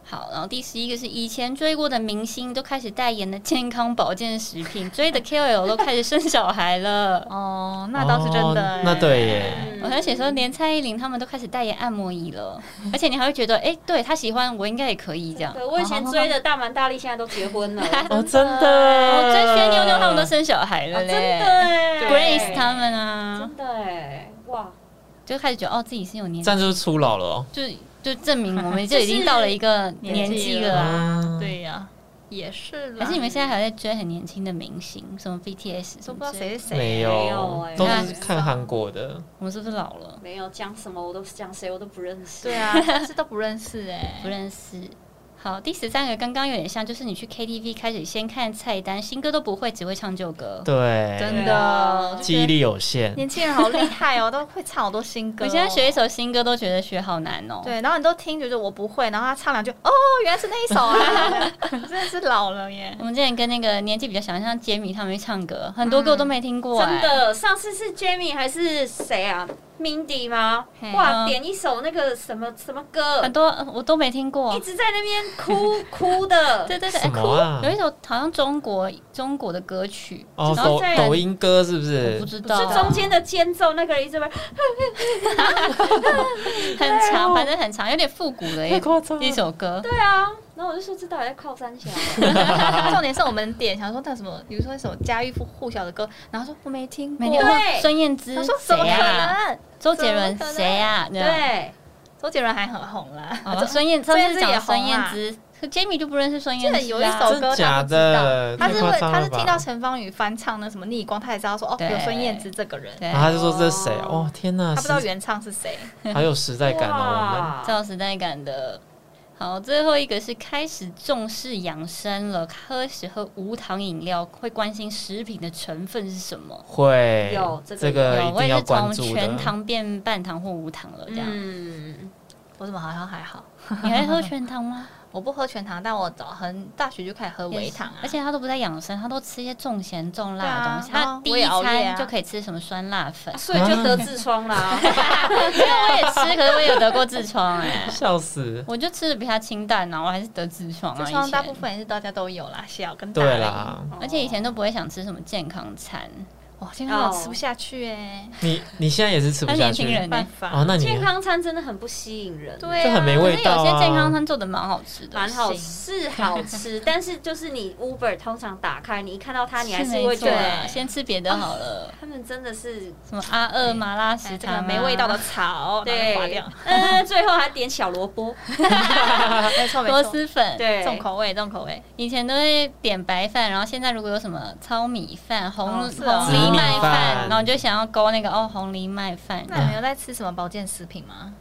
B: 好，然后第十一个是以前追过的明星都开始代言的健康保健食品，追的 KOL 都开始生小孩了。
D: [LAUGHS] 哦，那倒是真的
A: 哦
D: 欸。
A: 那对耶，
C: 嗯
B: 哎我在写说，连蔡依林他们都开始代言按摩椅了，而且你还会觉得，哎、对他喜欢，我应该也可以这样。
C: 对，我以前追的大蛮大力，现在都结婚了，
D: 嗯
C: 哦
A: 哦，真的，
B: 我
A: 我
B: 追薛妞妞他们都生小孩了
C: 真的
B: 嘞、
C: 哎
B: Grace 他们啊，
C: 真的哎，哇，
B: 就开始觉得哦自己是有年
A: 这，样就是初老了哦。
B: 就就证明我们就已经到了一个年纪了啊。
A: 啊，
D: 对呀，也是啦。
B: 还是你们现在还在追很年轻的明星，什么 BTS
D: 都
B: 什
D: 不
B: 么
D: 知道
B: 之类的？
D: 谁是谁？哎
A: 没
C: 没有
A: 有
C: 欸，
A: 都是看韩国的，
B: 我们是不是老了？
C: 没有讲什么，我都讲谁我都不认识。
D: 对，啊，但是都不认识
B: [LAUGHS]
D: 哎，
B: 不认识。好，第十三个刚刚有点像，就是你去 KTV 开始先看菜单，新歌都不会，只会唱旧歌。
A: 对，
D: 真的。
A: 记忆力有限，
D: 年轻人好厉害哦，都会唱好多新歌哦。
B: 我现在学一首新歌都觉得学好难哦。，
D: 对，然后你都听，觉得我不会，然后他唱两句，哦，原来是那一首啊， [LAUGHS] 真的是老
B: [LAUGHS]
D: 了耶
B: 我。们之前跟那个年纪比较小，像
D: 嗯
B: 杰米他们去唱歌，很多歌我都没听过、哎
C: 真，的，上次是 Jamie 还是谁啊 Mindy 吗
B: 嘿？
C: 哇，
B: 嗯
C: 点一首那个什么什么歌
B: 很，多呃我都没听过
C: 一。直在那边
B: [LAUGHS]
C: 哭哭的。
B: 对对对，
A: 什么啊
B: 哎哭有一首好像中国中国的歌曲，
A: 哦，
B: 然后
A: 抖
C: 在
A: 抖音歌是不
B: 我
A: 是
B: 不？知道，
C: 就中间的间奏那个人一直在，
B: 很
D: 哦
B: 长，反正很长，有点复古的一
A: 夸张
B: 一首歌。
C: 对啊，然后我就说这到底在靠
B: [LAUGHS]
C: 山峡，
B: 啊
D: 重点是我们点想说那什么，比如说什么家喻户户晓的歌，然后说我没听过
B: 每，天问
C: 对
B: 孙燕姿
D: 哦他说怎么
B: 谁
D: 可
B: 呀？
D: 能？
B: 周杰伦
D: 怎么可能
B: 谁啊呀？这样
C: 对，
D: 周杰伦还很红啦， [LAUGHS]
B: 哦，孙燕上
D: 孙燕
B: 次
D: 姿
B: 讲
D: 也
B: 孙
D: 红
B: 燕
D: 啊
B: 姿，可 Jamie 就不认识孙
D: 记
B: 燕
D: 得
B: 姿
D: 有
B: 啊，
D: 一首歌
A: 真假
D: 他不知
A: 的
D: 道，他
A: 太
D: 是
A: 夸
D: 问
A: 张
D: 他
A: 了
D: 是
A: 吧
D: 听到陈芳语翻唱那什么逆光，他才知道说哦
B: 对
D: 有孙燕姿这个人，
B: 对
A: 然，啊后他就说这是谁？哦，天哪，
D: 他不知道
A: 时
D: 原唱是谁。
A: 好有时代感哦，
D: 啊
C: 哇
B: 超有时代感的。好，最后一个是开始重视养生了，开始喝无糖饮料，会关心食品的成分是什么
A: 我。们会
C: 有这个
A: 这个
B: 有
A: 一
B: 我
A: 定
B: 也
A: 要
B: 是
A: 关
B: 从
A: 注
B: 全 [LAUGHS]
A: 的。
B: 糖变半糖或无糖了，这样。
C: 嗯，，
D: 我怎么好像还好？
B: 你还喝全糖吗？
D: 我不喝全糖，但我早很大学就开始喝 [LAUGHS] 微糖啊，
B: 而且他都不在养生，他都吃一些重咸重辣的东西。
D: 对啊
B: 他第
D: 我
B: 一
D: 也熬夜
B: 餐
D: 啊
B: 就可以吃什么酸辣粉 [LAUGHS]
C: 嗯所以就得痔疮啦。
B: 啊
C: [LAUGHS]
B: 虽然我也吃，可是我也有得过痔疮哎、
A: 笑死！
B: 我就吃的比他清淡啊然后我还是得痔疮啊。
D: 痔疮
B: 以前
D: 大部分也是大家都有啦，小跟大而已
A: 对，啦，
B: 而且以前都不会想吃什么健康餐，
D: 哇，健康我
C: 哦
D: 吃不下去哎，
A: 你你现在也是吃不
B: 他
A: 下
B: 年轻
A: 去
B: 人呢、
D: 办
B: 欸。
A: 哦，
D: 法。
A: 那你
C: 健康餐真的很不吸引人，
D: 对啊，
A: 这很没
B: 可
A: 味
B: 是
A: 道
B: 有些
A: 啊。
B: 健康餐做的蛮好吃的，
C: 蛮好，
B: 行
C: 是好吃，但是就是你 Uber 通常打开，你一看到它，你还是
B: 没
C: 会觉
B: 错啊
C: 得
B: 先吃别的好了，
C: 他们真的是
B: 什么阿二麻辣食
D: 哎这
B: 堂、
D: 个
B: 啊，
D: 没味道的
B: 哦
D: 草，
C: 对
D: 划 [LAUGHS] 掉。，
C: 呃，最后还点小萝卜，
D: 没错没
B: 螺
D: 错，
B: 蛳粉。，
C: 对，
D: 重口味重口味。
B: 以前都会点白饭，然后现在如果有什么糙米饭、红、
D: 哦是哦
B: 红藜麦
A: 紫米饭
B: 然后你就想要勾那个哦红藜麦饭。
D: 那你们有在吃什么保健食品吗？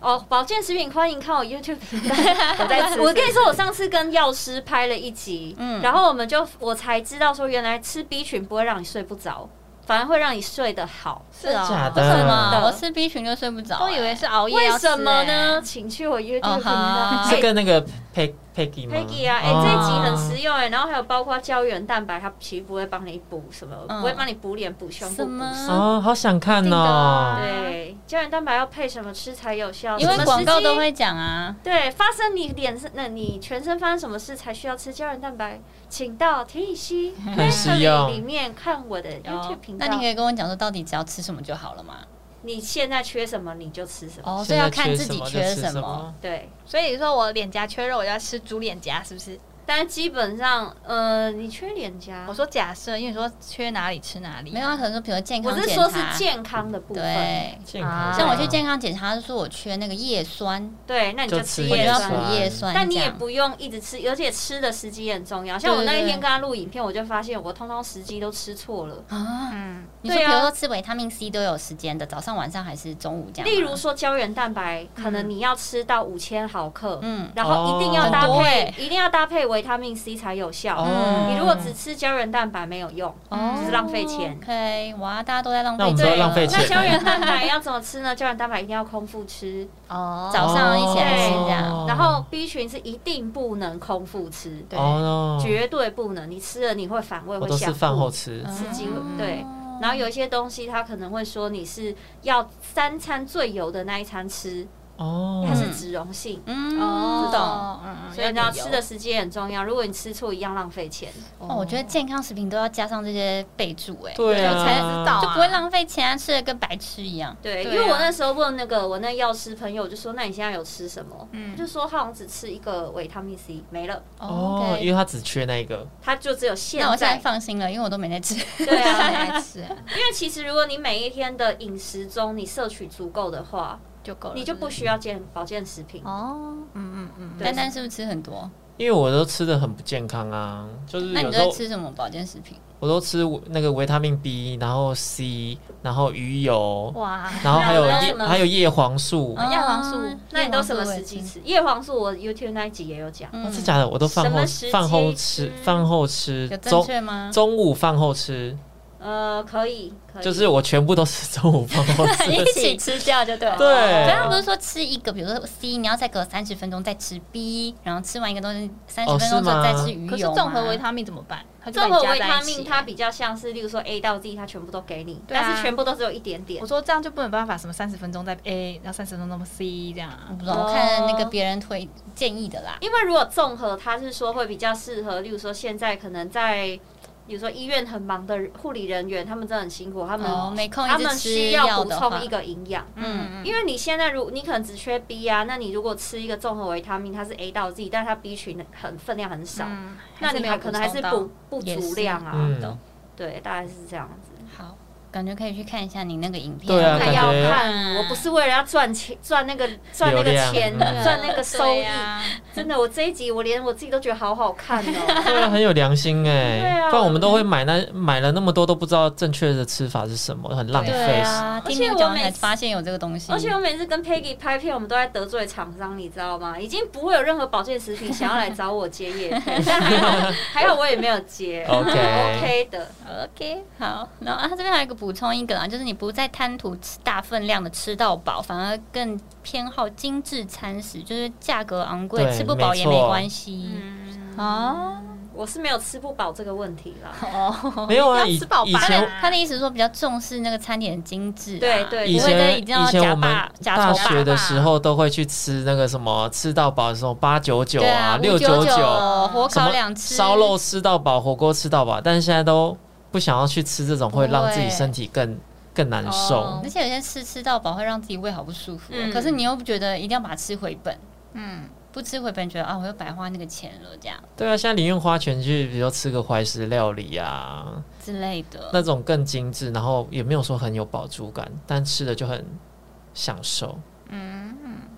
C: 哦，保健食品欢迎看我 YouTube 频
B: [LAUGHS]
C: 道，我在吃。我跟你说，我上次跟药师拍了一集，
B: 嗯
C: 然后我们就我才知道说，原来吃 B 群不会让你睡不着，反而会让你睡得好。
D: 是哦
A: 真假
B: 为
A: 的
B: 什么
C: 嗯
B: 啊我吃 B 群就睡不着、哎
D: 都以为是熬夜
C: 为
D: 要吃
C: 什么
D: 哎
C: 呢？？请去我 YouTube 频
B: 哦
C: 道
B: 好。
A: 是
C: 哎
A: 跟那个 Peg Peggy 吗
C: Peggy 啊，哎、
A: 哦
C: 这一集很实用哎、然后还有包括胶原蛋白，它其实不会帮你补什么，
B: 嗯
C: 不会帮你补脸、补胸、补
B: 什
C: 骨
B: 么
C: 什么。
A: 哦，好想看
D: 定的
A: 哦
D: 啊。
C: 对，胶原蛋白要配什么吃才有效？
B: 因
C: 哦什么
B: 为
C: 时
B: 广告
C: 机
B: 都会讲啊。
C: 对，发生你脸上，那你全身发生什么事才需要吃胶原蛋白？请到田雨希
A: 很实用
C: 里面看我的 YouTube
B: 哦
C: 频道。
B: 那你可以跟我讲说，到底只要吃什么就好了嘛？
C: 你现在缺什么你就吃什么。
B: 哦，所
A: 现
B: 以要
A: 在
B: 看
A: 缺
B: 自己
A: 么就
B: 缺
A: 吃
B: 什么。
A: 么。
C: 对，
D: 所以说我脸颊缺肉，我要吃猪脸颊，是不是？
C: 但基本上，呃，你缺脸颊
D: 我，说假设，因为你说缺哪里吃哪里，啊
B: 没有，啊他可能说比如健
C: 我
B: 康
C: 是
B: 检
C: 说是
B: 查，
C: 健康的部分。
B: 对，
A: 健康，
D: 啊
B: 像我去健康检查，他就说我缺那个叶酸，
C: 对，那你
A: 就吃
C: 吃
B: 我就
C: 叶
B: 要
A: 叶酸
C: 酸。
B: 补叶酸这样。
C: 但你也不用一直吃，而且吃的时机也很重要。像我
B: 对
C: 那
B: 对
C: 一天
B: 对
C: 跟他录影片，我就发现我通通时机都吃错了。
B: 啊？
D: 嗯，
B: 你说
C: 对
B: 比
C: 啊
B: 如说吃维他命 C 都有时间的，早上、晚上还是中午这样吗？
C: 例如说胶原蛋白，可能
D: 嗯
C: 你要吃到五千毫克，
B: 嗯
C: 嗯，然后一定要
A: 哦
C: 搭
B: 很多
C: 配
B: 欸，
C: 一定要搭配维他命 C 才有效。
A: 哦，
C: 你如果只吃胶原蛋白没有用，
B: 哦
C: 就是浪费钱
B: OK，哇，大家都在浪费
A: 那我
B: 钱，
A: 们都浪费钱欸
C: 那胶原蛋白要怎么吃呢？胶原蛋白一定要空腹吃，
D: 哦
B: 早上一起来吃这样
A: 哦
C: 然后 B 群是一定不能空腹吃，
D: 对
A: 哦，no，
C: 绝对不能，你吃了你会反胃，
A: 我
C: 会
A: 都是
C: 想
A: 饭
C: 吐
A: 后吃。
C: 吃鸡
D: 会
B: 嗯
C: 对然后有一些东西，它可能会说你是要三餐最油的那一餐吃，
A: 哦，
C: 它是脂溶性，
B: 嗯
D: 哦，
B: 不懂。
D: 嗯，嗯
C: 所以你要吃的
D: 理
C: 时间也很重要。如果你吃错，一样浪费钱。
D: 由
B: 哦，我觉得健康食品都要加上这些备注，哎，
A: 对啊，
D: 我才知道
B: 就
D: 啊
B: 不会浪费钱啊，吃的跟白痴一样。
C: 对，因
D: 对
C: 为我
D: 啊
C: 那时候问那个我那药师朋友，我就说那你现在有吃什么？
D: 嗯
C: 他就说他好像只吃一个维他命 C 没了，
A: 哦，因
B: OK，
A: 为它只缺那一个，
C: 他就只有现
B: 那我现在
C: 在。
B: 放心了，因为我都没在吃。
C: 对
D: 对啊，没
C: 啊，
D: 爱吃
C: 因为其实如果你每一天的饮食中你摄取足够的话，
D: 就够了，
C: 你就不需要健保健食品。
D: 哦，嗯嗯嗯，
C: 对
B: 丹丹是不是吃很多？
A: 因为我都吃的很不健康啊，就是
B: 那你
A: 有
B: 都
A: 时
B: 在
A: 候
B: 吃什么保健食品？
A: 我都吃那个维他命 B，然后 C，然后鱼油，
D: 哇，
A: 然后还有
C: 那我
A: 叶
C: 什么
A: 还有叶黄素，
B: 啊
D: 叶黄素
C: 那你都什么时
B: 叶
C: 机
B: 黄素
C: 吃？叶黄素我 YouTube 那一集也有讲，
B: 我也
A: 哦，真
B: 吃？
A: 假的我都饭
C: 什
A: 后
C: 么时机
A: 饭后吃
C: 吃
A: 饭后
B: 嗯
A: 吃
B: 有正
A: 中
B: 确吗？
A: 中午饭后吃，
C: 呃，可以，可以，
A: 就是我全部都是中午饭后吃
B: [LAUGHS]
C: [LAUGHS]
B: 一起吃掉就对了。
A: 对
B: 可是他不是说吃一个，比如说 C，你要再隔三十分钟再吃 B，然后吃完一个东西三十
A: 哦
B: 分钟
A: 是
B: 之后
A: 吗
B: 再吃鱼
D: 可是
B: 油嘛。
D: 综合维他命怎么办？它就把
C: 综
D: 你
C: 合
D: 加
C: 维
D: 在一
C: 他
D: 起
C: 命它比较像是，例如说 A 到 Z，它全部都给你，
D: 对啊
C: 但是全部都只有一点点
D: 我。说这样就不能办法，什么三十分钟在 A，然后三十分钟在 C 这样啊。
B: 我不知道，我看那个
C: 哦
B: 别人推建议的啦。
C: 因为如果综合，它是说会比较适合，例如说现在可能在，比如说医院很忙的护理人员，他们真的很辛苦，他们、
B: 哦，没空一
C: 嗯他
B: 直
C: 们
B: 吃
C: 需
B: 药
C: 要补
B: 的话
C: 充一，个营养。
B: 嗯
C: 因为你现在如你可能只缺 B 啊，那你如果吃一个综合维他命，它是 A 到 Z，但是它 B 群很分量很少，
D: 嗯，
C: 那你
D: 还
C: 还
D: 是
C: 可
D: 没有
C: 能还是
D: 补充到
C: 不不
B: 也是
C: 足量啊。
A: 嗯
B: 懂
C: 对，大概是这样子。
B: 好，感觉可以去看一下你那个影片。
A: 对啊
C: 那
A: 感
C: 要
A: 觉
B: 嗯
C: 看，我不是为了要赚钱赚那个赚那
A: 流
C: 个
A: 量
C: 钱
A: 嗯
C: 赚那个收益
D: 对，啊
C: 真的，我这一集我连我自己都觉得好好看
B: [LAUGHS]
C: 哦。
A: 对啊，很有良心哎、
C: 对啊
A: 不然我们都会买那买了那么多都不知道正确的吃法是什么，很浪费。
B: 对啊，听
C: 而且
B: 你
C: 我
B: 讲
C: 每
B: 才
C: 次
B: 发现有这个东西。
C: 而且我每次跟 Peggy 拍片，我们都在得罪厂商，你知道吗？已经不会有任何保健食品想要来找我接业 [LAUGHS] 配，但还好，还好我也没有接
A: OK
C: OK 的。
B: OK，好，然后啊，这边还有一个补充一个啦，就是你不再贪图吃大分量的吃到饱，反而更偏好精致餐食，就是价格昂贵，
A: 对
B: 吃不饱也
A: 没
B: 没
A: 错
B: 关系。
C: 嗯
D: 哦
C: 我是没有吃不饱这个问题啦。
D: 哦，
A: [LAUGHS] 没有啊，
D: 要
A: 以
D: 吃饱
A: 以
D: 饭
A: 前
D: 啊
B: [LAUGHS] 他的意思是说比较重视那个餐点的精致啊、
C: 对对
A: 以
B: 不会再
A: 前
B: 一定要
A: 以前
B: 假
A: 我们
B: 霸假
A: 大
B: 丑霸
A: 学的时候都会去吃那个什么吃到饱的时候八九九
B: 对啊，
A: 六
B: 九
A: 九，
B: 火
A: 什
B: 烤
A: 么
B: 两吃
A: 烧肉吃到饱，火锅吃到饱，但是现在都不想要去吃这种会让自己身体更更难受
D: 哦。
B: 而且有些吃吃到饱会让自己胃好不舒服哦、
C: 嗯
B: 可是你又不觉得一定要把它吃回本，
D: 嗯，
B: 不吃回本觉得啊，我又白花那个钱了这样
A: 对啊，现在宁愿花钱去，比如说吃个怀石料理啊，
B: 之类的。
A: 那种更精致，然后也没有说很有饱足感，但吃的就很享受。
B: 嗯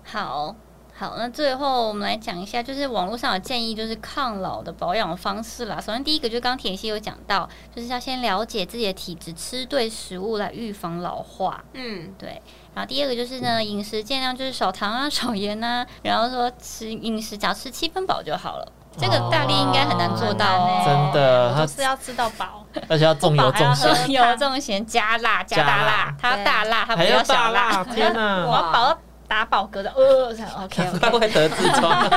B: 好好，那最后我们来讲一下，就是网络上有建议，就是抗老的保养方式啦。首先第一个就是刚刚甜心有讲到，就是要先了解自己的体质，吃对食物来预防老化。
C: 嗯，
B: 对，然后第二个就是
A: 嗯
B: 呢，饮食尽量就是少糖啊、少盐啊，然后说吃饮食只要吃七分饱就好了。这个大力应该很难做到
D: 哦
B: 哦，
A: 真的
D: 我
A: 他
D: 就是要吃到饱，
A: 而且要重油重
D: 饱
A: 咸，
D: 还要
B: 有这种咸加辣加大辣，它要大辣，它不
A: 还要大
B: 要小
A: 辣，天哪、
C: [LAUGHS]
D: 我要饱到打饱嗝的，呃才，OK [LAUGHS]
A: [LAUGHS] 他
D: OK。
A: 会得痔疮。啊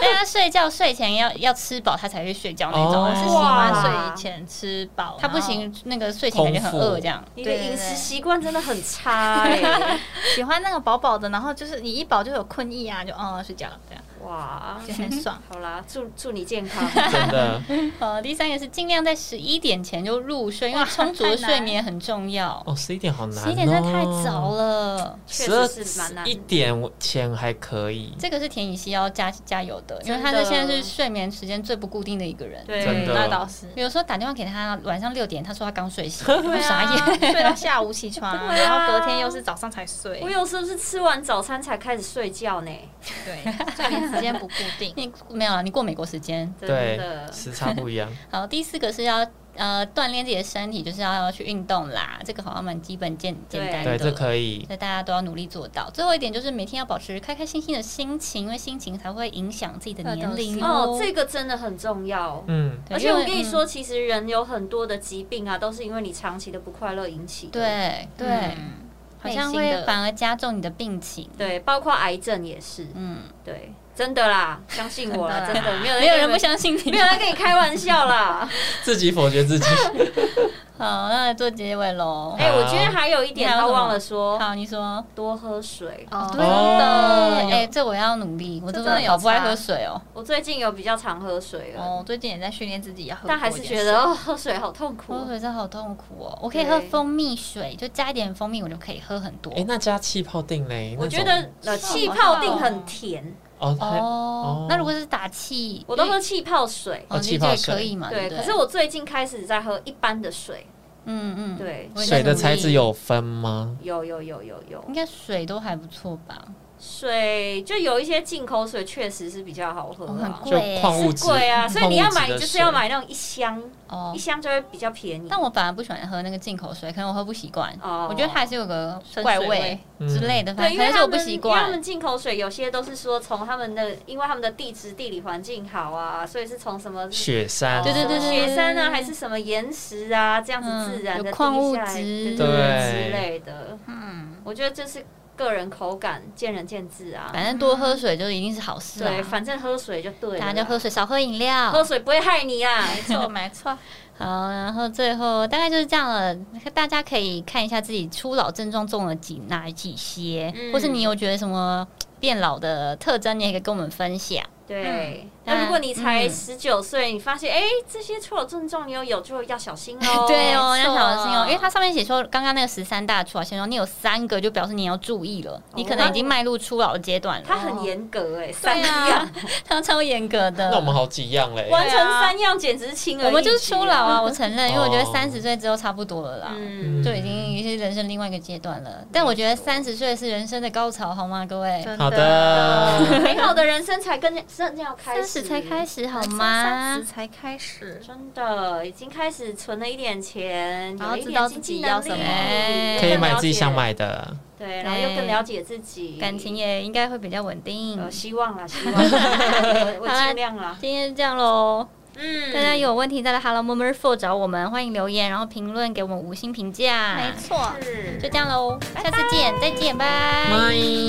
B: 对啊，睡觉睡前要要吃饱，他才去睡觉那种。
A: 哦
D: 我是喜欢睡以前吃饱，
B: 他不行，那个睡前感觉很饿这样。
C: 你的饮
D: 对对
C: 食习惯真的很差哎，
D: 喜欢那个饱饱的，然后就是你一饱就有困意啊，就嗯睡觉了这样，
C: [LAUGHS] 哇，。
D: 就很爽
C: 好啦，祝祝你健康。
A: 真的，
B: 呃，第三个是尽量在十一点前就入睡，因为充足的睡眠很重要。
A: 哦，十一点好难、哦，
B: 十一点真的太早，了，
C: 确
A: 十
C: 实
A: 二
C: 是蛮难的
A: 一点前还可以，
B: 这个是田雨希要加加油的，因为
C: 真
B: 他
C: 的
B: 是现在是睡眠时间最不固定的一个人。
A: 真
C: 对
A: 的，
D: 嗯那倒是，
B: 比如说打电话给他晚上六点，他说他刚睡醒，
D: 对
B: 我傻
D: 啊
B: 眼。，
D: 睡到下午起 [LAUGHS] 床，然后隔天又是早上才睡
C: 我，有时候是吃完早餐才开始睡觉呢，
D: [LAUGHS] 对，睡眠时间不固定。
B: 你没有了，啊你过美国时间。
C: 真
A: 对
C: 的，。
A: 时差不一
C: [LAUGHS]
A: 样，
B: 好，第四个是要呃锻炼自己的身体，就是要去运动啦，这个好像蛮基本简
C: 对
B: 简单的
A: 对，
B: 了。
A: 这可以，
B: 所以大家都要努力做到。最后一点就是每天要保持开开心心的心情，因为心情才会影响自己的年龄
C: 哦，这个真的很重要。
A: 嗯，
B: 对
C: 而且我
B: 因为
C: 跟你说，其实人有很多的疾病啊，都是因为你长期的不快乐引起的。
B: 对对，
D: 嗯
B: 好像
D: 内
B: 会
D: 心的
B: 反而加重你的病情。
C: 对，包括癌症也是。
B: 嗯，
C: 对，真的啦，相信我啦，
D: 真
C: 真
D: 的啦
C: 的没有
B: 啊没有人
C: 跟
B: 不相信你。
C: 没有人跟你开玩笑
B: [LAUGHS]
C: 啦。
A: 自己否决自
C: [LAUGHS]
A: 己，
B: 好，那来做结尾喽。
C: 哎，我觉得还有一点
B: 你还
C: 他
B: 有什么
C: 忘了说，
B: 好，你说。
C: 多喝水。
D: 哦
B: 对
D: 真的
B: 哎、这我要努力，我真
D: 真
B: 的
D: 的有
B: 好不爱
D: 差
B: 喝水哦。
C: 我最近有比较常喝水了，
D: 哦，最近也在训练自己要喝多一
C: 但还
D: 点水，
C: 是觉得哦，喝水好痛苦
B: 喝
C: 哦。
B: 水真的好痛苦哦。我可以喝
C: 对
B: 蜂蜜水，就加一点蜂蜜，我就可以喝很多。
A: 哎，那加气泡定嘞，
C: 我
A: 那种
C: 觉得呃，气泡
B: 啊
C: 定很甜，
A: 哦，它
B: 哦
A: 哦，
B: 那如果是打气，
C: 我都
B: 因为
C: 喝气泡水。
A: 哦
B: 哦，
A: 气
B: 气
A: 泡
B: 泡
A: 水
B: 可以嘛？对
C: 对，
B: 不对，
C: 可是我最近开始在喝一般的水，
B: 嗯嗯，
C: 对
B: 我也在
A: 水的
B: 努力
A: 材质有分吗？
C: 有有有有有
B: 应，该水都还不错吧？
C: 水就有一些进口水确实是比较好喝、
B: 哦很
C: 啊，
B: 贵
A: 就
B: 对耶
A: 矿物质
C: 是贵啊，所以你要
A: 矿物
C: 买
A: 质的
C: 就是要
A: 水
C: 买那种一箱，
B: 哦
C: 一。箱就会比较便宜。
B: 但我反而不喜欢喝那个进口水，可能我喝不习惯。
C: 哦
B: 我觉得还是有个怪
D: 深水味
A: 嗯
B: 之类的，反正
C: 对，因
B: 可能
C: 为
B: 是
C: 他
B: 我
C: 们
B: 不习
C: 因为他们
B: 惯。
C: 进口水有些都是说从他们的，因为他们的地质地理环境好啊，所以是从什么
A: 雪山，啊
B: 对对对对
C: 雪山啊，还是什么岩石啊，这样子
B: 嗯
C: 自然的
B: 有矿物
C: 滴下来
B: 质
C: 对对
A: 对
C: 对之类的。
B: 嗯，
C: 我觉得这是个人口感，见仁见智啊。
B: 反正多喝水就一定是好事啊。
C: 对，反正喝水就对了啦，
B: 大家就喝水，少喝饮料。
C: 喝水不会害你
B: [LAUGHS]
C: 啊。
D: 没错没错，
B: 好，然后最后大概就是这样了。大家可以看一下自己初老症状中了几哪几些，
C: 嗯
B: 或是你有觉得什么变老的特征，你也可以跟我们分享。
C: 对，
B: 嗯
C: 那如果你才
B: 嗯
C: 十九岁，你发现哎这些初老症状你有有，就要小心哦。
B: [LAUGHS] 对哦，
D: 没
B: 要
D: 错啊
B: 小心哦，因为它上面写说，刚刚那个十三大初老症状，你有三个就表示你要注意
D: 哦
B: 了，你可能已经迈入初老的阶段了。
C: 它很严格哎，三
D: 对
C: 样
D: 啊，
B: 它超严格的。
A: 那我们好几样嘞，
C: 完成三样简直轻而易举。
B: 我们就是初老
D: 嗯
B: 啊，我承认，因为我觉得
A: 哦
B: 三十岁之后差不多了啦。
C: 嗯，
B: 就已经是人生另外一个阶段了，但我觉得三十岁是人生的高潮，好吗，各位？
D: 嗯真
A: 好的，
C: 美好的人生才跟正要开始，
B: 嗯三十才开始好
D: 三
B: 吗
D: 十？才开始，
C: 真的已经开始存了一点钱，
D: 然后
C: 有一
D: 知
C: 点
D: 道
C: 经
D: 自
C: 济
D: 己
C: 能
D: 要
C: 力
D: 什么
B: 哎
A: 可以买
C: 更了
A: 自己
C: 解
A: 想买的。
C: 对，然后又更了解自己，
B: 感情也应该会比较稳定。
D: 嗯
C: 有希望
B: [LAUGHS]
C: 啦，希望我我尽量啦，
B: 今天就这样喽，
C: 嗯，
B: 大家有问题再来 Hello Murmur Four 找我们，欢迎留言，然后评论给我们五星评价
D: 没。错。
C: 是
B: 就这样喽，下次见，再见，拜。
A: 拜。